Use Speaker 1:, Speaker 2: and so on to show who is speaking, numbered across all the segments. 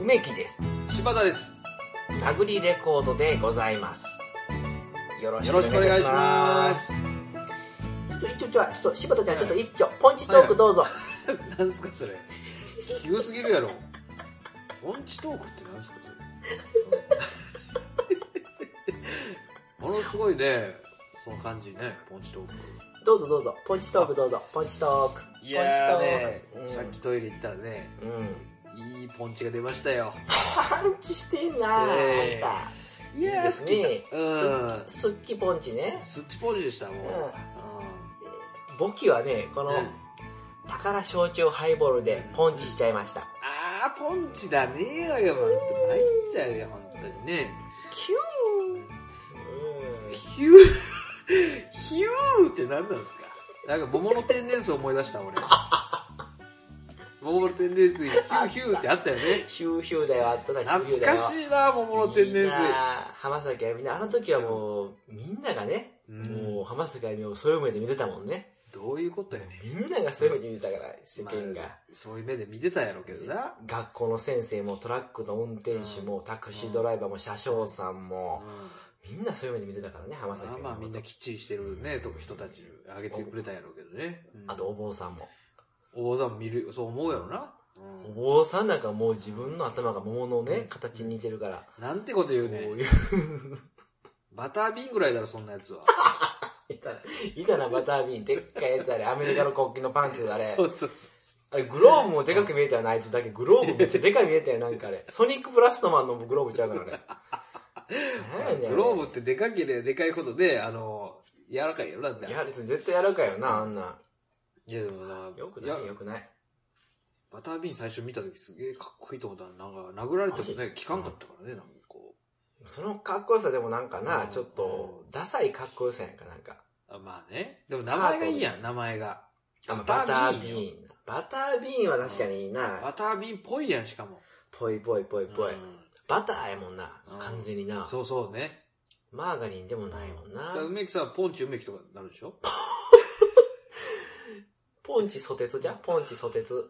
Speaker 1: 梅木です。
Speaker 2: 柴田です。
Speaker 1: タグリレコードでございます。よろし
Speaker 2: よ
Speaker 1: くお
Speaker 2: ろしくお
Speaker 1: 願
Speaker 2: 願
Speaker 1: い
Speaker 2: い
Speaker 1: し
Speaker 2: し
Speaker 1: ま
Speaker 2: ますす。。
Speaker 1: ちょ、ちょ、ちょっと、柴田ちゃん、ちょっと一丁、ポンチトークどうぞ。
Speaker 2: なんすかそれ。急すぎるやろ。オンチトークってなんすかそれ。 ものすごいね、その感じね、ポンチトーク。
Speaker 1: どうぞどうぞ、ポンチトークどうぞ、ポンチトーク。
Speaker 2: いやーね
Speaker 1: ポン、チトー
Speaker 2: さっ
Speaker 1: ク
Speaker 2: きトイレ行ったらね、
Speaker 1: うん。うん。
Speaker 2: いいポンチが出ましたよ。
Speaker 1: パンチしてんな
Speaker 2: ね
Speaker 1: ぁ、
Speaker 2: え
Speaker 1: あん
Speaker 2: い
Speaker 1: た。
Speaker 2: や
Speaker 1: で
Speaker 2: ー、
Speaker 1: す
Speaker 2: 好き
Speaker 1: ね
Speaker 2: した。うん。
Speaker 1: すっきポンチね。
Speaker 2: すっちポンチでした、もう。
Speaker 1: うん
Speaker 2: う
Speaker 1: 簿記はね、この
Speaker 2: ん、
Speaker 1: 宝焼酎ハイボールでポンチしちゃいました。
Speaker 2: あー、ポンチだねーよ、ほんと。参っちゃうよ、ほんとにね。
Speaker 1: キューン。うん。
Speaker 2: ヒュー、ヒューって何なんですかなんか桃の天然水思い出した 俺。桃の天然水、ヒューヒューってあったよね。
Speaker 1: ヒューヒューだよ、あったな、ヒューヒュ
Speaker 2: 懐
Speaker 1: ーだ
Speaker 2: か
Speaker 1: よ。
Speaker 2: しいな、桃の天
Speaker 1: い
Speaker 2: 然
Speaker 1: い
Speaker 2: 水。
Speaker 1: なあ浜崎あゆみねあの時はもう、みんながね、
Speaker 2: うん
Speaker 1: もう浜崎あゆみをそういう目で見てたもんね。
Speaker 2: どういうことやね。
Speaker 1: みんながそういう目で見てたから、世間
Speaker 2: ま
Speaker 1: が
Speaker 2: あ。そういう目で見てたんやろうけどな。
Speaker 1: 学校の先生もトラックの運転手もタクシードライバーも車掌さんも、みんなそういう目で見てたからね、浜崎
Speaker 2: ま
Speaker 1: あ
Speaker 2: あ
Speaker 1: ゆ
Speaker 2: まあみ
Speaker 1: み
Speaker 2: ん
Speaker 1: の
Speaker 2: な
Speaker 1: こと。
Speaker 2: きっちりしてるね、と人たちあげてくれたんやろうけどね。うん
Speaker 1: あと、お坊さんも。
Speaker 2: お坊さんも見る、そう思うやろな。う
Speaker 1: お
Speaker 2: ん
Speaker 1: 坊さんなんかもう自分の頭が桃のね、形に似てるから。
Speaker 2: なんてこと言う
Speaker 1: そう
Speaker 2: ね。
Speaker 1: いう、
Speaker 2: バタービンぐらいだろ、そんなや つは。
Speaker 1: いたいたな、バタービーン。でっかいやつあれ、アメリカの国旗のパンツあれ。
Speaker 2: そうそうそう。
Speaker 1: あれ、グローブもでかく見えたよな、あいつだけ。グローブめっちゃでかい見えたよ、なんかあれ。ソニックブラストマンのグローブちゃう からね。なんやねんあれ
Speaker 2: グローブってでかければでかいほどで、あの、柔らかいよな、だって。
Speaker 1: いや、別に絶対やるかよな、あんな。
Speaker 2: いや、でもな、
Speaker 1: よくない、
Speaker 2: いや
Speaker 1: よくない。
Speaker 2: バタービーン最初見た時すげえかっこいいと思ったら、なんか殴られてもね、効かんかったからね、なんかこ
Speaker 1: そのかっこよさでもなんかな、
Speaker 2: うん
Speaker 1: ちょっと、ダサいかっこよさやんか、なんか。
Speaker 2: う。あまあね。でも名前がいいやん、名前が。
Speaker 1: あ
Speaker 2: バ
Speaker 1: バタ
Speaker 2: タ
Speaker 1: ー
Speaker 2: ー
Speaker 1: ビ
Speaker 2: ビ
Speaker 1: ー
Speaker 2: ー
Speaker 1: ン。バタービーンは確かにいいな。
Speaker 2: バタービーンっぽいやん、しかも。
Speaker 1: ぽいぽいぽいぽい。
Speaker 2: うん
Speaker 1: バターやもんな
Speaker 2: う、ん
Speaker 1: 完全にな。
Speaker 2: そうそうね。
Speaker 1: マーガリンでもないもん
Speaker 2: だ
Speaker 1: な
Speaker 2: から。梅木さんはポンチ梅木とかになるでしょ
Speaker 1: ポンチソテツじゃんポンチソテツ。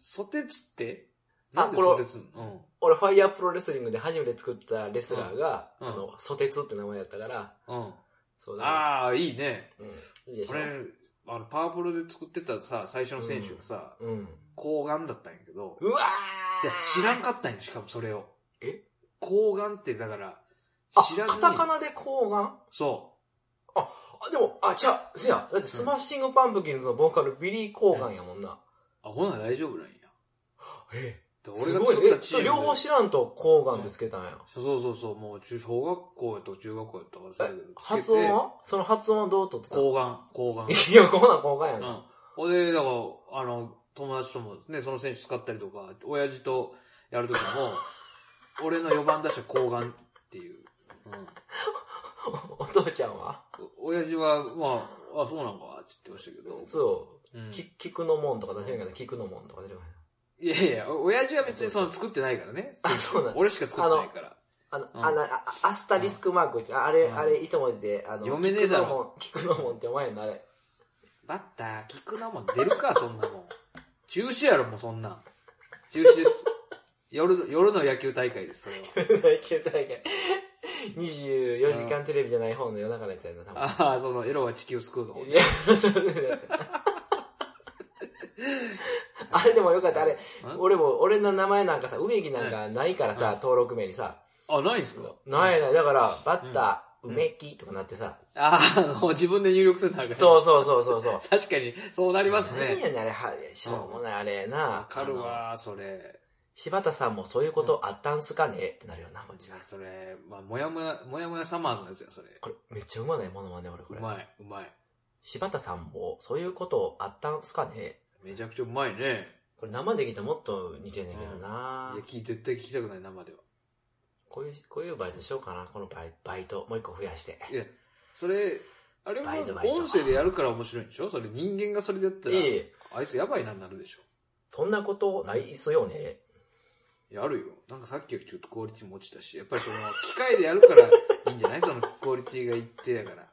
Speaker 2: ソテツって
Speaker 1: あ
Speaker 2: なんでソテツうん。
Speaker 1: 俺、ファイヤープロレスリングで初めて作ったレスラーが、
Speaker 2: うん
Speaker 1: あの、ソテツって名前だったから、
Speaker 2: うん。
Speaker 1: そうだね、
Speaker 2: ああ、いいね。
Speaker 1: うん。いいでしょ
Speaker 2: 俺、あの、パワープロで作ってたさ、最初の選手がさ、
Speaker 1: うん。
Speaker 2: 抗がんだったんやけど、
Speaker 1: うわー
Speaker 2: いや、知らんかったんや、しかもそれを。
Speaker 1: え
Speaker 2: 抗がんって、だから、
Speaker 1: あ、
Speaker 2: 知らず
Speaker 1: カタ
Speaker 2: に。
Speaker 1: カナで抗がん
Speaker 2: そ
Speaker 1: あ、でも、あ、じゃあ、せや、だってスマッシングパンプキンズのボーカル、ビリー・コーガンやもんな。
Speaker 2: う。あ、ほな大丈夫なんや。
Speaker 1: え、
Speaker 2: です俺が
Speaker 1: ごい
Speaker 2: 作っ
Speaker 1: ね
Speaker 2: た。チー
Speaker 1: え
Speaker 2: ムで。
Speaker 1: 両方知らんと、コーガンってつけたんや。
Speaker 2: そうそうそうそう、もう中、小学校やと中学校やったから
Speaker 1: え発音はその発音はどうとってた
Speaker 2: 抗がん、抗がん。
Speaker 1: いや、こんなん抗がんや
Speaker 2: うん
Speaker 1: な。
Speaker 2: ん。ほんで、だから、あの、友達ともね、その選手使ったりとか、親父と やるときも、俺の4番出した抗がんっていう。うん。
Speaker 1: お父ちゃんは
Speaker 2: お親父は、まあ、あ、そうなんか、って言ってましたけど。
Speaker 1: そうう。
Speaker 2: ん
Speaker 1: き、菊の門とか出せるから、菊の門とか出るから。
Speaker 2: いやいや、お親父は別にその作ってないからね。
Speaker 1: あそうなんだ
Speaker 2: 俺しか作ってないから。
Speaker 1: あの、
Speaker 2: うん
Speaker 1: あの、あアスタリスクマーク、ああれ、
Speaker 2: うん
Speaker 1: あれ、一文字で、あの、
Speaker 2: 読めねえだろ
Speaker 1: 聞くのもん、聞くのもんってお前のあれ。
Speaker 2: バッター、聞くなもん出るか、そんなもん。中止やろ、もうそんなん。中止です。夜、夜の野球大会です、それは。
Speaker 1: 携帯が24時間テレビじゃない方の夜中のやつやな、多分。
Speaker 2: ああ、その、エロは地球を救うの方
Speaker 1: い
Speaker 2: ね。
Speaker 1: や、そうだ ねあれでもよかった、あれ。
Speaker 2: ん
Speaker 1: 俺も、俺の名前なんかさ、梅木なんかないからさ、登録名にさ。
Speaker 2: あ、ないんすか
Speaker 1: ないない、だから、バッター、
Speaker 2: うん
Speaker 1: 梅木とかなってさ。
Speaker 2: ああ、あの、自分で入力するんだから。
Speaker 1: そうそうそうそう そう。
Speaker 2: う。確かに、そうなります
Speaker 1: 何
Speaker 2: ね。
Speaker 1: やねん、あれ、は、しょうもない、あれな。
Speaker 2: わかるわ、それ。
Speaker 1: 柴田さんもそういうことあったんすかねってなるよな、こっち
Speaker 2: じ
Speaker 1: は
Speaker 2: ゃあ、それ、まあ、もやもや、もやもやサマーズのやつや、それ。
Speaker 1: これ、めっちゃうまないものまね、俺これ
Speaker 2: う。まい、うまい。
Speaker 1: 柴田さんもそういうことあったんすかね
Speaker 2: めちゃくちゃうまいね。
Speaker 1: これ生で聞いたらもっと似てんねんけどない
Speaker 2: や、き絶対聞きたくない、生では。
Speaker 1: こういう、こういうバイトしようかな、このバイバイト。もう一個増やして。
Speaker 2: いや、それ、あれも
Speaker 1: バイトバイト
Speaker 2: 音声でやるから面白いんでしょそれ人間がそれでやったら、
Speaker 1: いえ、
Speaker 2: あいつやばいなになるでしょ
Speaker 1: そんなことないっすよね。
Speaker 2: いや、あるよ。なんかさっきよりちょっとクオリティも落ちたし、やっぱりその、機械でやるからいいんじ ゃないそのクオリティが一定だから。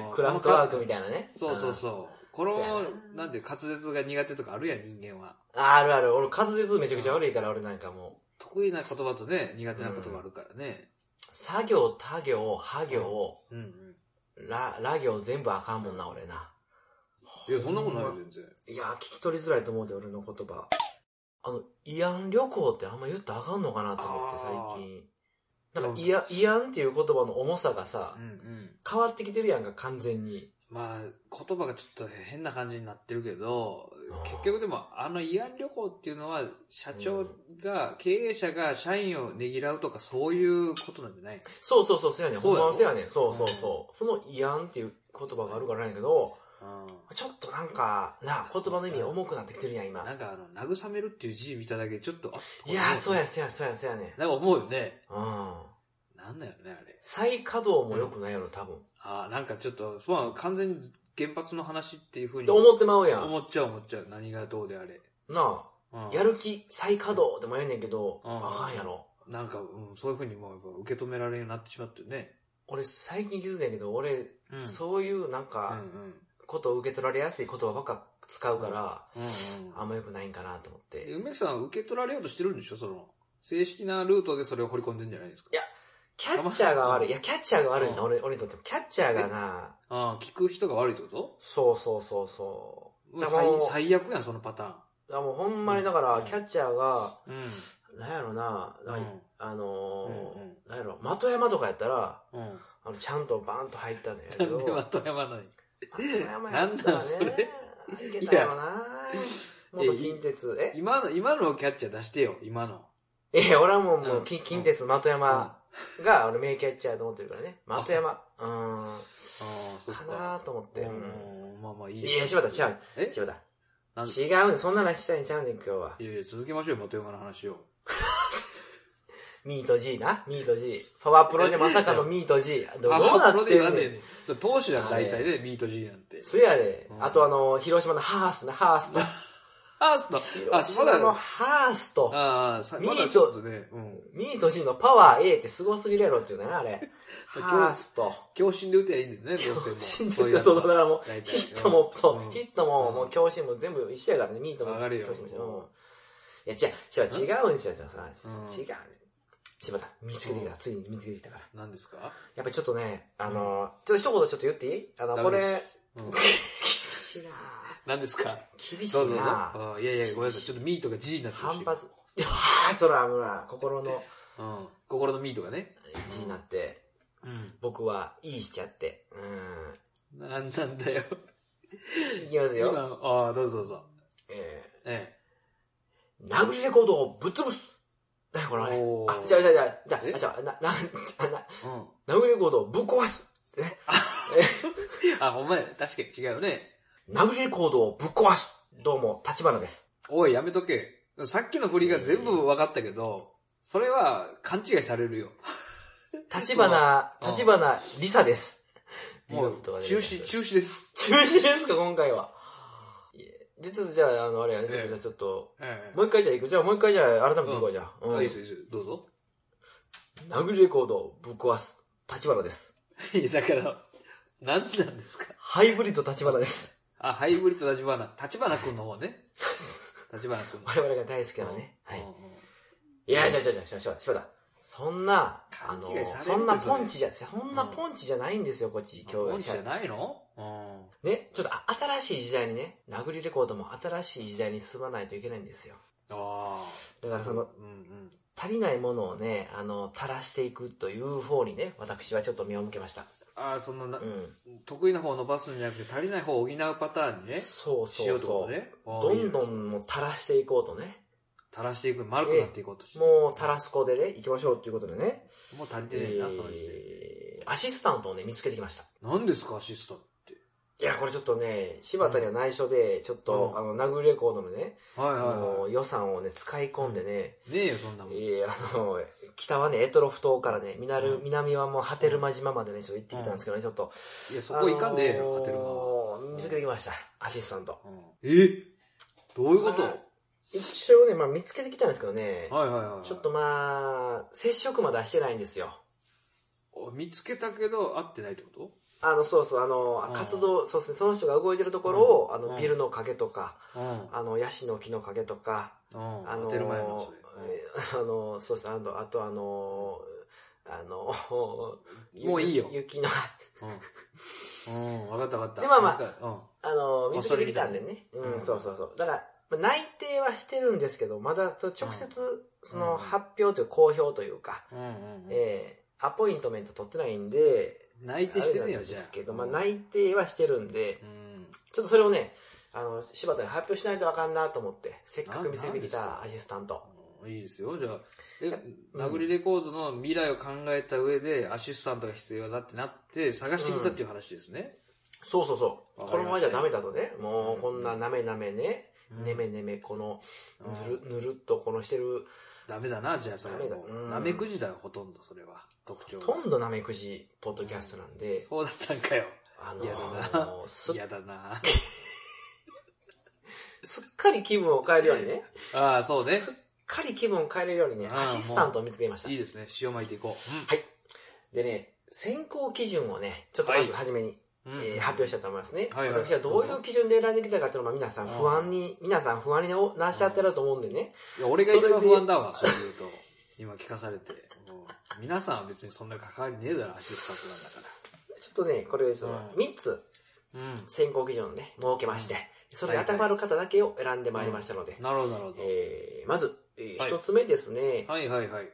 Speaker 2: その
Speaker 1: クラフトワーク
Speaker 2: あんま
Speaker 1: みたいなね。
Speaker 2: そうそう
Speaker 1: うん。
Speaker 2: そう。この
Speaker 1: そうやな、
Speaker 2: なんて滑舌が苦手とかあるやん、人間は。
Speaker 1: ああるある。俺滑舌めちゃくちゃ悪いから、俺なんかもう。
Speaker 2: 得意な言葉とね、苦手な言葉あるからね。
Speaker 1: 作業、他行、は行、
Speaker 2: うんうん。
Speaker 1: ら、ら行全部あかんもんな、俺な。
Speaker 2: いや、そんなことないよ、全然。
Speaker 1: いやー、聞き取りづらいと思うで、俺の言葉。あの、慰安旅行ってあんま言ったらあかんのかなと思って、
Speaker 2: あー
Speaker 1: 最近。なんか、慰安、慰安っていう言葉の重さがさ
Speaker 2: うん、うん。
Speaker 1: 変わってきてるやんか、完全に。
Speaker 2: まあ、言葉がちょっと変な感じになってるけど、
Speaker 1: 結
Speaker 2: 結、局でも、あの慰安旅行っていうのは、社長が、経営者が社員をねぎらうとか、そういうことなんじゃない
Speaker 1: そうそうそう、せやねん。
Speaker 2: そ
Speaker 1: ほ
Speaker 2: うんや
Speaker 1: ま
Speaker 2: ろ
Speaker 1: はせやねん。そうそうそう。その慰安っていう言葉があるからなんやけど、
Speaker 2: う
Speaker 1: ちょっとなんか、な、言葉の意味重くなってきてるやん、
Speaker 2: ん。な
Speaker 1: 今。
Speaker 2: んか、あの、慰めるっていう字見ただけでちょっと、あ
Speaker 1: いやー、そうや、。そうや、そうや、そうやねん。
Speaker 2: なんか思うよね。
Speaker 1: うん。
Speaker 2: なんだよね、あれ。
Speaker 1: 再稼働も良くないやろ、多分。
Speaker 2: ああ、なんかちょっと、そうなの完全に原発の話っていうふう
Speaker 1: っ
Speaker 2: に
Speaker 1: て思ってまうやん。
Speaker 2: 思っちゃう思っちゃう。何がどうであれ。
Speaker 1: な
Speaker 2: うん
Speaker 1: あ、やる気再稼働でもええねんけど、
Speaker 2: うん
Speaker 1: あかんやろ。
Speaker 2: なんか、うん、そういうふうにもうやっぱ受け止められるようになってしまってね。
Speaker 1: 俺最近気づいたんやけど、俺、
Speaker 2: うん
Speaker 1: そういうなん
Speaker 2: うん
Speaker 1: か、
Speaker 2: うん。
Speaker 1: ことを受け取られやすい言葉ばっか使うから、
Speaker 2: うん
Speaker 1: あんま良くないんかなと思って。
Speaker 2: うん。梅木さん受け取られようとしてるんでしょその、正式なルートでそれを掘り込んでんじゃないですか。
Speaker 1: キャッチャーが悪
Speaker 2: う
Speaker 1: い。いや、キャッチャーが悪いんだ、
Speaker 2: うん
Speaker 1: 俺、俺にとっても。キャッチャーがな、
Speaker 2: ああ、聞く人が悪いってこと
Speaker 1: そうそうそうそ
Speaker 2: うん
Speaker 1: だからもう
Speaker 2: 最最悪やん、そのパターン。
Speaker 1: う。だからもうほんまにだから、
Speaker 2: うん
Speaker 1: キャッチャーが、
Speaker 2: うん。
Speaker 1: なんやろな、なんか
Speaker 2: うん
Speaker 1: あのー
Speaker 2: うんうん
Speaker 1: なんやろ、的山とかやったら、
Speaker 2: うん。
Speaker 1: あの、ちゃんとバーンと入ったんだけ
Speaker 2: な
Speaker 1: ど。
Speaker 2: んで的山なのに。
Speaker 1: なん
Speaker 2: なんなんそれ
Speaker 1: いけたよな元近鉄。え
Speaker 2: 今の、今のキャッチャー出してよ、今の。
Speaker 1: え、俺はもう、も
Speaker 2: うん
Speaker 1: う、近近鉄、的山が、俺名キャッチャーと思ってるからね。的山。うーん。
Speaker 2: ああ、そっ
Speaker 1: か
Speaker 2: か。
Speaker 1: なーと思って。うん
Speaker 2: うん、まあまあいい。
Speaker 1: いや、柴田、違う。
Speaker 2: え
Speaker 1: 柴田。
Speaker 2: なんで
Speaker 1: 違うね。そんな話したいんちゃうねん、今日は。
Speaker 2: いやいや、続けましょうよ、元山の話を。
Speaker 1: ミート G な。ミート G。パワープロでまさかのミート G。どどうなって
Speaker 2: あ
Speaker 1: ん
Speaker 2: まあそれ
Speaker 1: ね
Speaker 2: でなん
Speaker 1: ん。
Speaker 2: でそう投手だよ、大体ね、ミート G なんて。
Speaker 1: そやで
Speaker 2: う。ん
Speaker 1: あとあの、広島のハースな、ハースと。
Speaker 2: ハースの、あ、
Speaker 1: 広
Speaker 2: そう
Speaker 1: 島
Speaker 2: だ
Speaker 1: の
Speaker 2: よ。
Speaker 1: ハースと。
Speaker 2: ああ、さ
Speaker 1: ミート
Speaker 2: まだちょっとね、うん。
Speaker 1: ミート G のパワー A って凄すぎるやろっていうね、あれ。ハース と。
Speaker 2: 強心で打てばいいんだ よね、どうせもう。
Speaker 1: 死ん
Speaker 2: そうい
Speaker 1: で
Speaker 2: うや
Speaker 1: た、そ
Speaker 2: つ
Speaker 1: う
Speaker 2: は
Speaker 1: だからもう、
Speaker 2: 大体
Speaker 1: ヒットも、そうう、
Speaker 2: ん
Speaker 1: ヒットも、
Speaker 2: うん
Speaker 1: もう、強心も全部一緒やからね、ミートも。
Speaker 2: わかるよ
Speaker 1: 強振も
Speaker 2: うん
Speaker 1: うん。いや、違う、違う、違うんですよ、違う
Speaker 2: うん。
Speaker 1: 違う柴田、見つけてきた、ついに見つけてきたから。
Speaker 2: 何ですか
Speaker 1: やっぱりちょっとね、あのー、ちょっと一言ちょっと言っていいあの、
Speaker 2: ダ
Speaker 1: こ
Speaker 2: メ
Speaker 1: れ、
Speaker 2: で
Speaker 1: 厳
Speaker 2: うん。
Speaker 1: しいな
Speaker 2: 何ですか
Speaker 1: 厳し
Speaker 2: ど
Speaker 1: い
Speaker 2: うぞどうぞ。
Speaker 1: な
Speaker 2: あーいやいや、ごめんなさい。ちょっとミートが G になってほしい
Speaker 1: 反発。。いやー、そら、ほら、心の
Speaker 2: うん。心のミートがね。
Speaker 1: 字になって、
Speaker 2: うん。
Speaker 1: 僕はいいしちゃって。う
Speaker 2: なんなんだよ。
Speaker 1: ん。いきます
Speaker 2: 今、
Speaker 1: よ。
Speaker 2: ああ、どうぞどうぞ。
Speaker 1: え
Speaker 2: え
Speaker 1: ー、殴りレコードをぶっ潰すなにこれあれ
Speaker 2: おー
Speaker 1: あ、じゃあ、じゃあ、じゃあ、じゃ
Speaker 2: え
Speaker 1: あ、じゃあ、な、な、な、な
Speaker 2: え。うん。
Speaker 1: 殴りレコードをぶっ壊すってね。
Speaker 2: あ、お前、確かに違うね。
Speaker 1: 殴りレコードをぶっ壊すどうも、立花です。
Speaker 2: おい、やめとけ。さっきの振りが全部分かったけど、それは勘違いされるよ。
Speaker 1: 立花、
Speaker 2: うん
Speaker 1: 立花りさです。
Speaker 2: も
Speaker 1: リ
Speaker 2: う
Speaker 1: ロとか、で
Speaker 2: 中止、中止です。
Speaker 1: 中止ですか、今回は。いえで、ちょっとじゃあ、あの、あれやね、ちょ
Speaker 2: ええ
Speaker 1: っとじゃあちょっと、
Speaker 2: え
Speaker 1: もう一回じゃあ行く。じゃあもう一回じゃあ、改めて行こうじゃあ。
Speaker 2: え
Speaker 1: う
Speaker 2: あいい
Speaker 1: ん
Speaker 2: ですよ、いいですよ。どうぞ。
Speaker 1: 殴りレコードをぶっ壊す。立花です。
Speaker 2: いや、だから、なんでなんですか。
Speaker 1: ハイブリッド立花 です。
Speaker 2: あ、ハイブリッド立花。立花くんの方ね。立花くんの。
Speaker 1: 我々が大好きなね。は
Speaker 2: う
Speaker 1: い
Speaker 2: んう。ん
Speaker 1: いや、じゃあじゃあじゃあじゃあ、しばしばだ。そんな、あ
Speaker 2: 勘
Speaker 1: の
Speaker 2: 違いされるんです、よ
Speaker 1: そんなポンチじゃ、そんなポンチじゃないんですよ、こっち、
Speaker 2: あ
Speaker 1: 今
Speaker 2: ポン
Speaker 1: 日
Speaker 2: チじゃないのうん。
Speaker 1: ね、ちょっとあ新しい時代にね、殴りレコードも新しい時代に進まないといけないんですよ。
Speaker 2: あ
Speaker 1: だ
Speaker 2: あ。
Speaker 1: からその、
Speaker 2: うんうん。
Speaker 1: 足りないものをね、あの、垂らしていくという方にね、私はちょっと目を向けました。
Speaker 2: ああ、そのな
Speaker 1: う、ん。
Speaker 2: 得意な方を伸ばすんじゃなくて、足りない方を補うパターンにね、
Speaker 1: そう
Speaker 2: し
Speaker 1: そ
Speaker 2: よう
Speaker 1: う
Speaker 2: ってこ
Speaker 1: そ
Speaker 2: と
Speaker 1: う。
Speaker 2: ね。ああ
Speaker 1: ど
Speaker 2: いい
Speaker 1: ん
Speaker 2: ね
Speaker 1: どんもう垂らしていこうとね。
Speaker 2: 垂らしていく、丸くなっていこうとして。
Speaker 1: もう垂らす子でね、行きましょうということでね。
Speaker 2: もう足りてねえな、その時点で。
Speaker 1: えーアシスタントをね、見つけてきました。
Speaker 2: 何ですか、アシスタントって。
Speaker 1: いや、これちょっとね、柴田には内緒で、ちょっと、
Speaker 2: うん
Speaker 1: あの、ナグレコードのね、
Speaker 2: はい
Speaker 1: あ
Speaker 2: は
Speaker 1: の予算をね、使い込んでね、
Speaker 2: い。ねえよ、そんなもん。
Speaker 1: いやあの、北はね、エトロフ島からね、南
Speaker 2: うん
Speaker 1: 南はもう、波照間島までね、ちょっと行ってきたんですけどね、ちょっと。
Speaker 2: いや、そこ行かんでええよ、勝てるのは。
Speaker 1: のー見つけてきました、アシスタント。
Speaker 2: うんえどういうこと
Speaker 1: まあ一応ね、まあ見つけてきたんですけどね、
Speaker 2: はいはいはい。
Speaker 1: ちょっとまあ、接触まではしてないんですよ。
Speaker 2: お。見つけたけど、会ってないってこと
Speaker 1: あの、そうそう、あの
Speaker 2: うん、
Speaker 1: 活動、そうですね、その人が動いてるところを、あ
Speaker 2: うん
Speaker 1: の、ビルの影とか、
Speaker 2: うん。
Speaker 1: あの、ヤシの木の影とか、
Speaker 2: うん。
Speaker 1: あの
Speaker 2: 当てる前の、それ。
Speaker 1: あの、そうですね、あと、あとあの、あの、
Speaker 2: もういいよ
Speaker 1: 雪の、
Speaker 2: うん。うん、わかったわかった。
Speaker 1: でまあまあ
Speaker 2: あ、
Speaker 1: あの、
Speaker 2: こっ
Speaker 1: 水
Speaker 2: そ
Speaker 1: 着で
Speaker 2: り見
Speaker 1: き
Speaker 2: た
Speaker 1: た
Speaker 2: の
Speaker 1: んでね。うん、
Speaker 2: うん
Speaker 1: そうそうそう。だから、まあ内定はしてるんですけど、まだ直接、その発表という公表というか、
Speaker 2: うん。うんうん。
Speaker 1: えーアポイントメント取ってないんで、
Speaker 2: 泣いてしてね
Speaker 1: あ
Speaker 2: えよ、
Speaker 1: れなん
Speaker 2: じゃ
Speaker 1: で
Speaker 2: あ。
Speaker 1: すけど、まあ内定はしてるんで
Speaker 2: う、ん。
Speaker 1: ちょっとそれをね、あの、柴田に発表しないとあかんなと思って、せっかく見つけてきたアシスタント。
Speaker 2: うんいいですよ、じゃあ。え
Speaker 1: うん
Speaker 2: 殴りレコードの未来を考えた上で、アシスタントが必要だってなって、探してきたっていう話ですね。
Speaker 1: そうそうそう。
Speaker 2: わか
Speaker 1: こ
Speaker 2: り
Speaker 1: のま
Speaker 2: ま
Speaker 1: ま
Speaker 2: し
Speaker 1: じ
Speaker 2: た
Speaker 1: ゃダメだとね、もうこん
Speaker 2: う
Speaker 1: ななめなめね、
Speaker 2: うん
Speaker 1: ねめねめこの、
Speaker 2: うん
Speaker 1: ぬる、ぬるっとこのしてる、
Speaker 2: ダメだな、じゃあ、それはも
Speaker 1: ダメだ
Speaker 2: う。
Speaker 1: うん
Speaker 2: なめくじだよ、ほとんど、それは。特徴
Speaker 1: ほ
Speaker 2: が。
Speaker 1: とんどなめくじ、ポッドキャストなんで、
Speaker 2: そうだったんかよ。
Speaker 1: あの
Speaker 2: 嫌だな
Speaker 1: す
Speaker 2: 嫌だな。
Speaker 1: すっかり気分を変えるようにね。
Speaker 2: ああ、そうね。
Speaker 1: すっかり気分を変えれるようにね、
Speaker 2: あー
Speaker 1: アシスタントを見つけました
Speaker 2: いい。ですね。塩巻いていこ
Speaker 1: はい。でね、選考基準をね、ちょっとまず初めに、
Speaker 2: う。
Speaker 1: えー発表したいと思いますね、
Speaker 2: はいはい
Speaker 1: 私はどういう基準で選んできたかっていうのは皆さん不安に、皆さん不安になしちゃってると思うんでね。
Speaker 2: いや、俺が一番不安だわ、そういうと。今聞かされて。もう皆さんは別にそんな関わりねえだろ、アシスタントなんだか
Speaker 1: ちょっとね、これ、その、
Speaker 2: うん
Speaker 1: 3つ
Speaker 2: ら。う
Speaker 1: 選考基準をね、設けまして、それ
Speaker 2: は
Speaker 1: に
Speaker 2: い
Speaker 1: 当てはまる方だけを選んでまいりましたので、
Speaker 2: ん。なるほど、なるほど。
Speaker 1: えー、まず、え
Speaker 2: はい
Speaker 1: 1つ目ですね、
Speaker 2: はいはいはい。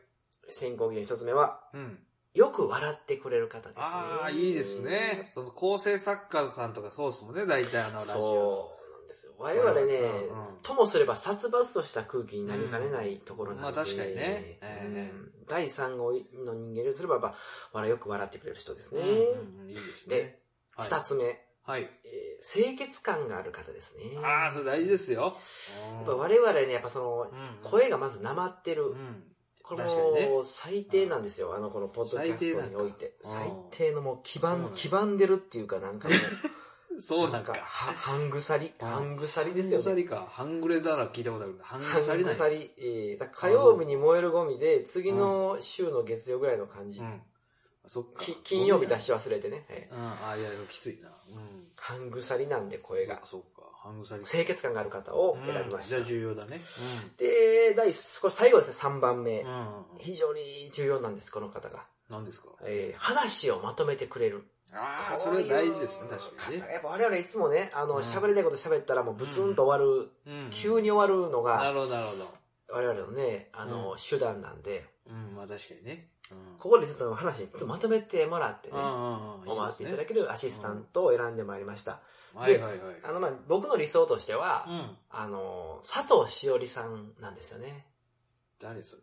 Speaker 1: 選考基準1つ目は、
Speaker 2: うん。
Speaker 1: よく笑ってくれる方ですね。
Speaker 2: ああ、いいですね。。その構成作家さんとかそうですもんね、大体あのラジオ。
Speaker 1: そうなんですよ。我々ね、
Speaker 2: うんうん
Speaker 1: ともすれば殺伐とした空気になりかねないところなんで、
Speaker 2: うんまあ確かにねええ
Speaker 1: うん第三号の人間にすれば、まあ笑いよく笑ってくれる人ですね。
Speaker 2: うんうんうん、いいですね
Speaker 1: で。
Speaker 2: はい
Speaker 1: 二、つ目、え
Speaker 2: はい。
Speaker 1: ー清潔感がある方ですね。
Speaker 2: ああ、それ大事ですよ。
Speaker 1: やっぱ我々ね、やっぱその、
Speaker 2: うん、
Speaker 1: 声がまずなまってる。
Speaker 2: うん。
Speaker 1: これ
Speaker 2: 確かにね
Speaker 1: も最低なんですよ、あの、このポッドキャストにおいて。
Speaker 2: 最低
Speaker 1: 最
Speaker 2: な
Speaker 1: 低の
Speaker 2: んか
Speaker 1: もう、基
Speaker 2: そうなん
Speaker 1: 盤、
Speaker 2: だ
Speaker 1: 基盤でるっていうか、なんかもう、
Speaker 2: そうなん
Speaker 1: か、
Speaker 2: か。
Speaker 1: は半鎖、
Speaker 2: うん
Speaker 1: 半鎖
Speaker 2: ハ
Speaker 1: で
Speaker 2: ン
Speaker 1: すよ
Speaker 2: グ
Speaker 1: ね
Speaker 2: サ。リか。ハングレなら聞いたことあるけど、ハン
Speaker 1: 半
Speaker 2: グサリない。
Speaker 1: 鎖、えーだから火曜日に燃えるゴミで、次の週の月曜ぐらいの感じ。
Speaker 2: うん。そっか
Speaker 1: き。金曜日出し忘れてね。えー
Speaker 2: うん、ああ、いや、でもきついな。うん。
Speaker 1: 半鎖なんで声が。
Speaker 2: そうか、ハングサリ
Speaker 1: 清潔感がある方を選びました。
Speaker 2: うんじゃあ重要だね。
Speaker 1: で、第、これ最後ですね、3番目。
Speaker 2: うん。うん。
Speaker 1: 非常に重要なんです、この方が。
Speaker 2: 何ですか
Speaker 1: えー話をまとめてくれる。
Speaker 2: ああ、そ
Speaker 1: こう
Speaker 2: れ
Speaker 1: いう
Speaker 2: 大事ですね、確かにね。
Speaker 1: やっぱ我々いつもね、あ
Speaker 2: うん
Speaker 1: の、喋りたいこと喋ったらもうブツンと終わる、
Speaker 2: うん
Speaker 1: 急に終わるの
Speaker 2: な
Speaker 1: が、
Speaker 2: るほど、なるほど。
Speaker 1: 我々のね、あ
Speaker 2: う
Speaker 1: の、手段なんで、
Speaker 2: うん、まあ確かにね。うん。
Speaker 1: ここでちょっと話にまとめてもらってね、
Speaker 2: うんうんうん。
Speaker 1: 回っていただ
Speaker 2: き
Speaker 1: けるアシスタントを選んでまいりました。
Speaker 2: はいはいはい。
Speaker 1: あの、まあ、僕の理想としては、
Speaker 2: うん。
Speaker 1: あの、佐藤しおりさんなんですよね。
Speaker 2: 誰それ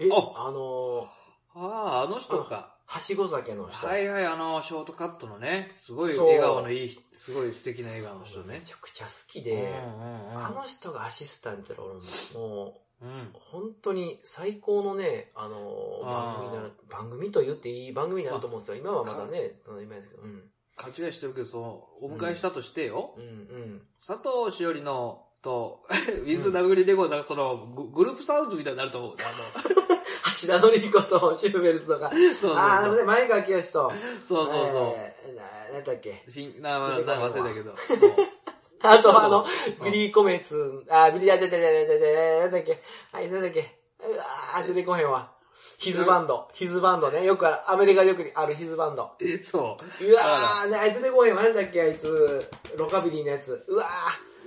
Speaker 1: え
Speaker 2: あ
Speaker 1: あの、
Speaker 2: ああ、あの人か。
Speaker 1: はしご酒の人。
Speaker 2: はいはい、あの、ショートカットのね、すごい
Speaker 1: そう
Speaker 2: 笑顔のいい、すごい素敵な笑顔の人
Speaker 1: め
Speaker 2: ね。
Speaker 1: ちゃくちゃ好き
Speaker 2: うんう
Speaker 1: で、
Speaker 2: んうん
Speaker 1: あの人がアシスタントで俺も、も
Speaker 2: うん
Speaker 1: う、。本当に最高のね、あの、
Speaker 2: あ
Speaker 1: 番組
Speaker 2: ー
Speaker 1: になる、番組と言っていい番組になると思うんですよ。今はまだね、その今やけど、うん。
Speaker 2: 勘違いしてるけど、その、お迎えしたとしてよ、
Speaker 1: うんうん。
Speaker 2: 佐藤しおりの、と、 ウィズ・ダブリレゴー、なんかその、ググループサウンズみたいになると思う。あの、
Speaker 1: 橋田のりことシューベルツとか、
Speaker 2: そうそうそう。
Speaker 1: あー、あのね、前川清と、
Speaker 2: そうそうそう。
Speaker 1: えーななんだっけ。
Speaker 2: フィン、な、な、な忘れたけど。
Speaker 1: あと、あの、
Speaker 2: うん
Speaker 1: グリーコメツ、あ、グリー、あ、じゃじゃじゃじゃじゃ、なんだっけ。はい、なんだっけ。うわー、出てこへんわ。ヒズバンド。ヒズバンドね。よくある、アメリカでよくあるヒズバンド。
Speaker 2: そうそう
Speaker 1: わー、ね、あいつ出てこへんわ。なんだっけ、あいつ。ロカビリーのやつ。うわ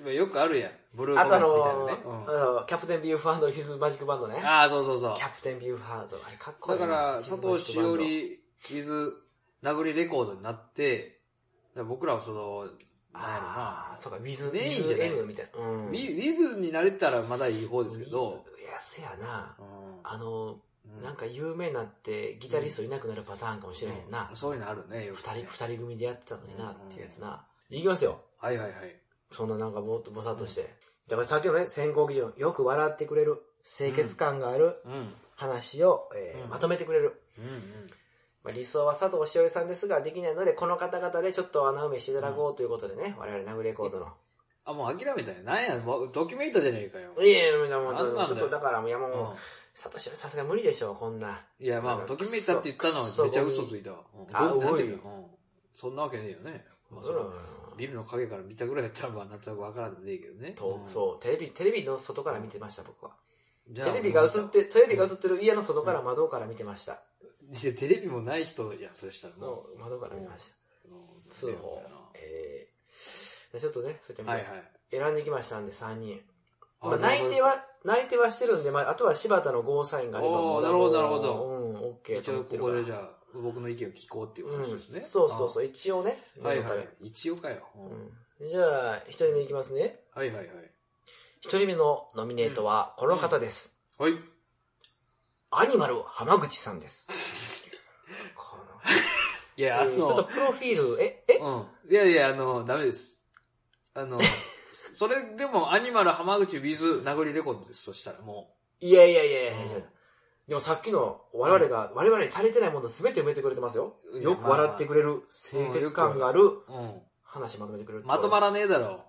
Speaker 2: う。よくあるやん。ブル
Speaker 1: ー。
Speaker 2: ー
Speaker 1: あ
Speaker 2: コ
Speaker 1: とあ
Speaker 2: メンツみたい
Speaker 1: の
Speaker 2: なね。うん
Speaker 1: ー、うんキャプテンビューファンド、ヒズマジックバンドね。
Speaker 2: ああ、そうそうそう。
Speaker 1: キャプテンビューファンド。あれ、かっこい
Speaker 2: だ
Speaker 1: い
Speaker 2: か
Speaker 1: な。
Speaker 2: ら、
Speaker 1: ヒ
Speaker 2: 佐
Speaker 1: ズマジック
Speaker 2: 藤し
Speaker 1: バンド
Speaker 2: おり、with、殴りレコードになって、だから僕らはその、なんやろ
Speaker 1: あ
Speaker 2: な
Speaker 1: ー、そうか、ウィズ、ウ
Speaker 2: メイン
Speaker 1: ィ
Speaker 2: じゃ
Speaker 1: ズ
Speaker 2: ない
Speaker 1: N みたいな。う
Speaker 2: ウ
Speaker 1: ん。
Speaker 2: ィウィズになれたらまだいい方ですけど、
Speaker 1: いや、せやな。
Speaker 2: うん
Speaker 1: あの、
Speaker 2: うん
Speaker 1: なんか有名になってギタリストいなくなるパターンかもしれへんな。
Speaker 2: そういうのあるね、よく
Speaker 1: 二、
Speaker 2: ね
Speaker 1: 人、二人組でやってたのになっていうやつな。いきますよ。
Speaker 2: はいはいはい。
Speaker 1: そんななんかぼーっとぼさっとして。だからさっきのね、選考基準、よく笑ってくれる、清潔感がある
Speaker 2: うん。うん
Speaker 1: 話を、えー
Speaker 2: うん
Speaker 1: まとめてくれる。
Speaker 2: うん。
Speaker 1: まあ、理想は佐藤しおりさんですが、できないので、この方々でちょっと穴埋めしていただこうということでね、我々ナグレコードの。
Speaker 2: あ、もう諦めたよ。なんや、もうドキュメントじゃねえかよ。
Speaker 1: いやいや、でもち
Speaker 2: なんなんだ
Speaker 1: ょ
Speaker 2: よ
Speaker 1: っと、ちょっとだから、いやもう、
Speaker 2: う
Speaker 1: 佐藤しおりさすが無理でしょう、こんな。
Speaker 2: ん。いや、まあ、ドキュメントって言ったのはめっちゃ嘘ついたわ。
Speaker 1: あ
Speaker 2: うん
Speaker 1: ごめん
Speaker 2: なんていうのそんなわけねえよね。まあ、それは
Speaker 1: う
Speaker 2: ビルの影から見たぐらいやったら、まあ、なんとなくわからんでもねえけどね。
Speaker 1: ん。と
Speaker 2: う、ん
Speaker 1: そう、テレビ、テレビの外から見てました、僕は。
Speaker 2: じゃあ
Speaker 1: テレビが映って、テレビが映ってる家の外から窓から見てました。
Speaker 2: いやテレビもない人、いや、それしたらも
Speaker 1: の窓から見ました。
Speaker 2: う、うん
Speaker 1: 通報。えー、でちょっとね、そういった意
Speaker 2: はい
Speaker 1: 味
Speaker 2: は
Speaker 1: で
Speaker 2: い。
Speaker 1: 選んできましたんで、3人。まあ、内定は、内定はしてるんで、まあ、あとは柴田のゴーサインがあれば。
Speaker 2: おー
Speaker 1: 僕は
Speaker 2: なる
Speaker 1: も
Speaker 2: ほ
Speaker 1: う
Speaker 2: どなるほど
Speaker 1: うん、オッケー
Speaker 2: 一
Speaker 1: と思
Speaker 2: 応
Speaker 1: って
Speaker 2: こ
Speaker 1: るから。
Speaker 2: こでじゃあ、僕の意見を聞こうっていう話です
Speaker 1: う
Speaker 2: ね。
Speaker 1: ん、そうそうそう、一応ね。
Speaker 2: あ。はいは
Speaker 1: 念の
Speaker 2: い。一応かよ。
Speaker 1: た
Speaker 2: う
Speaker 1: めう
Speaker 2: ん
Speaker 1: んじゃあ、一人目いきますね。
Speaker 2: はいはいはい。
Speaker 1: 一人目のノミネートは、この方です。
Speaker 2: はい。
Speaker 1: アニマル浜口さんです。 この
Speaker 2: いや、あ
Speaker 1: えーちょっと
Speaker 2: の、
Speaker 1: プロフィール、え、え
Speaker 2: うん。いやいや、あの、ダメです。あの、それでもアニマル浜口 with 名残レコードです、そしたらも
Speaker 1: いやいやいやいや、
Speaker 2: うん
Speaker 1: でもさっきの我々が、我々に足りてないもの全て埋めてくれてますよ。
Speaker 2: うん
Speaker 1: よく笑ってくれる、
Speaker 2: まあ
Speaker 1: 清潔感がある
Speaker 2: う。うん。
Speaker 1: 話まとめてくれる。
Speaker 2: まとま
Speaker 1: ら
Speaker 2: らねえだろ。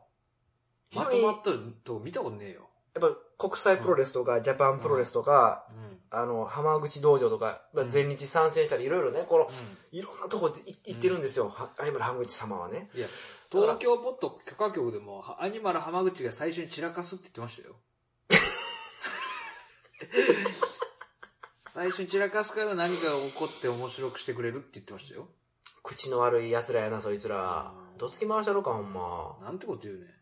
Speaker 1: 非
Speaker 2: ま
Speaker 1: 常
Speaker 2: と
Speaker 1: に
Speaker 2: まっとるとこ見たことねえよ。
Speaker 1: やっぱ国際プロレスとか、ジャパンプロレスとか、
Speaker 2: うん。うん
Speaker 1: あの、浜口道場とか、まあ
Speaker 2: うん
Speaker 1: 全日参戦したり、いろいろね、この、いろんなとこでい行ってるんですよ。はアニマル浜口様はね。
Speaker 2: いや、東京ポット許可局でも、はアニマル浜口が最初に散らかすって言ってました よ。最初に散らかすから何かが起こって面白くしてくれるって言ってましたよ。
Speaker 1: 口の悪い奴らやな、そいつら
Speaker 2: う。ん
Speaker 1: どつき回したろか、ほんま。
Speaker 2: なんてこと言うね。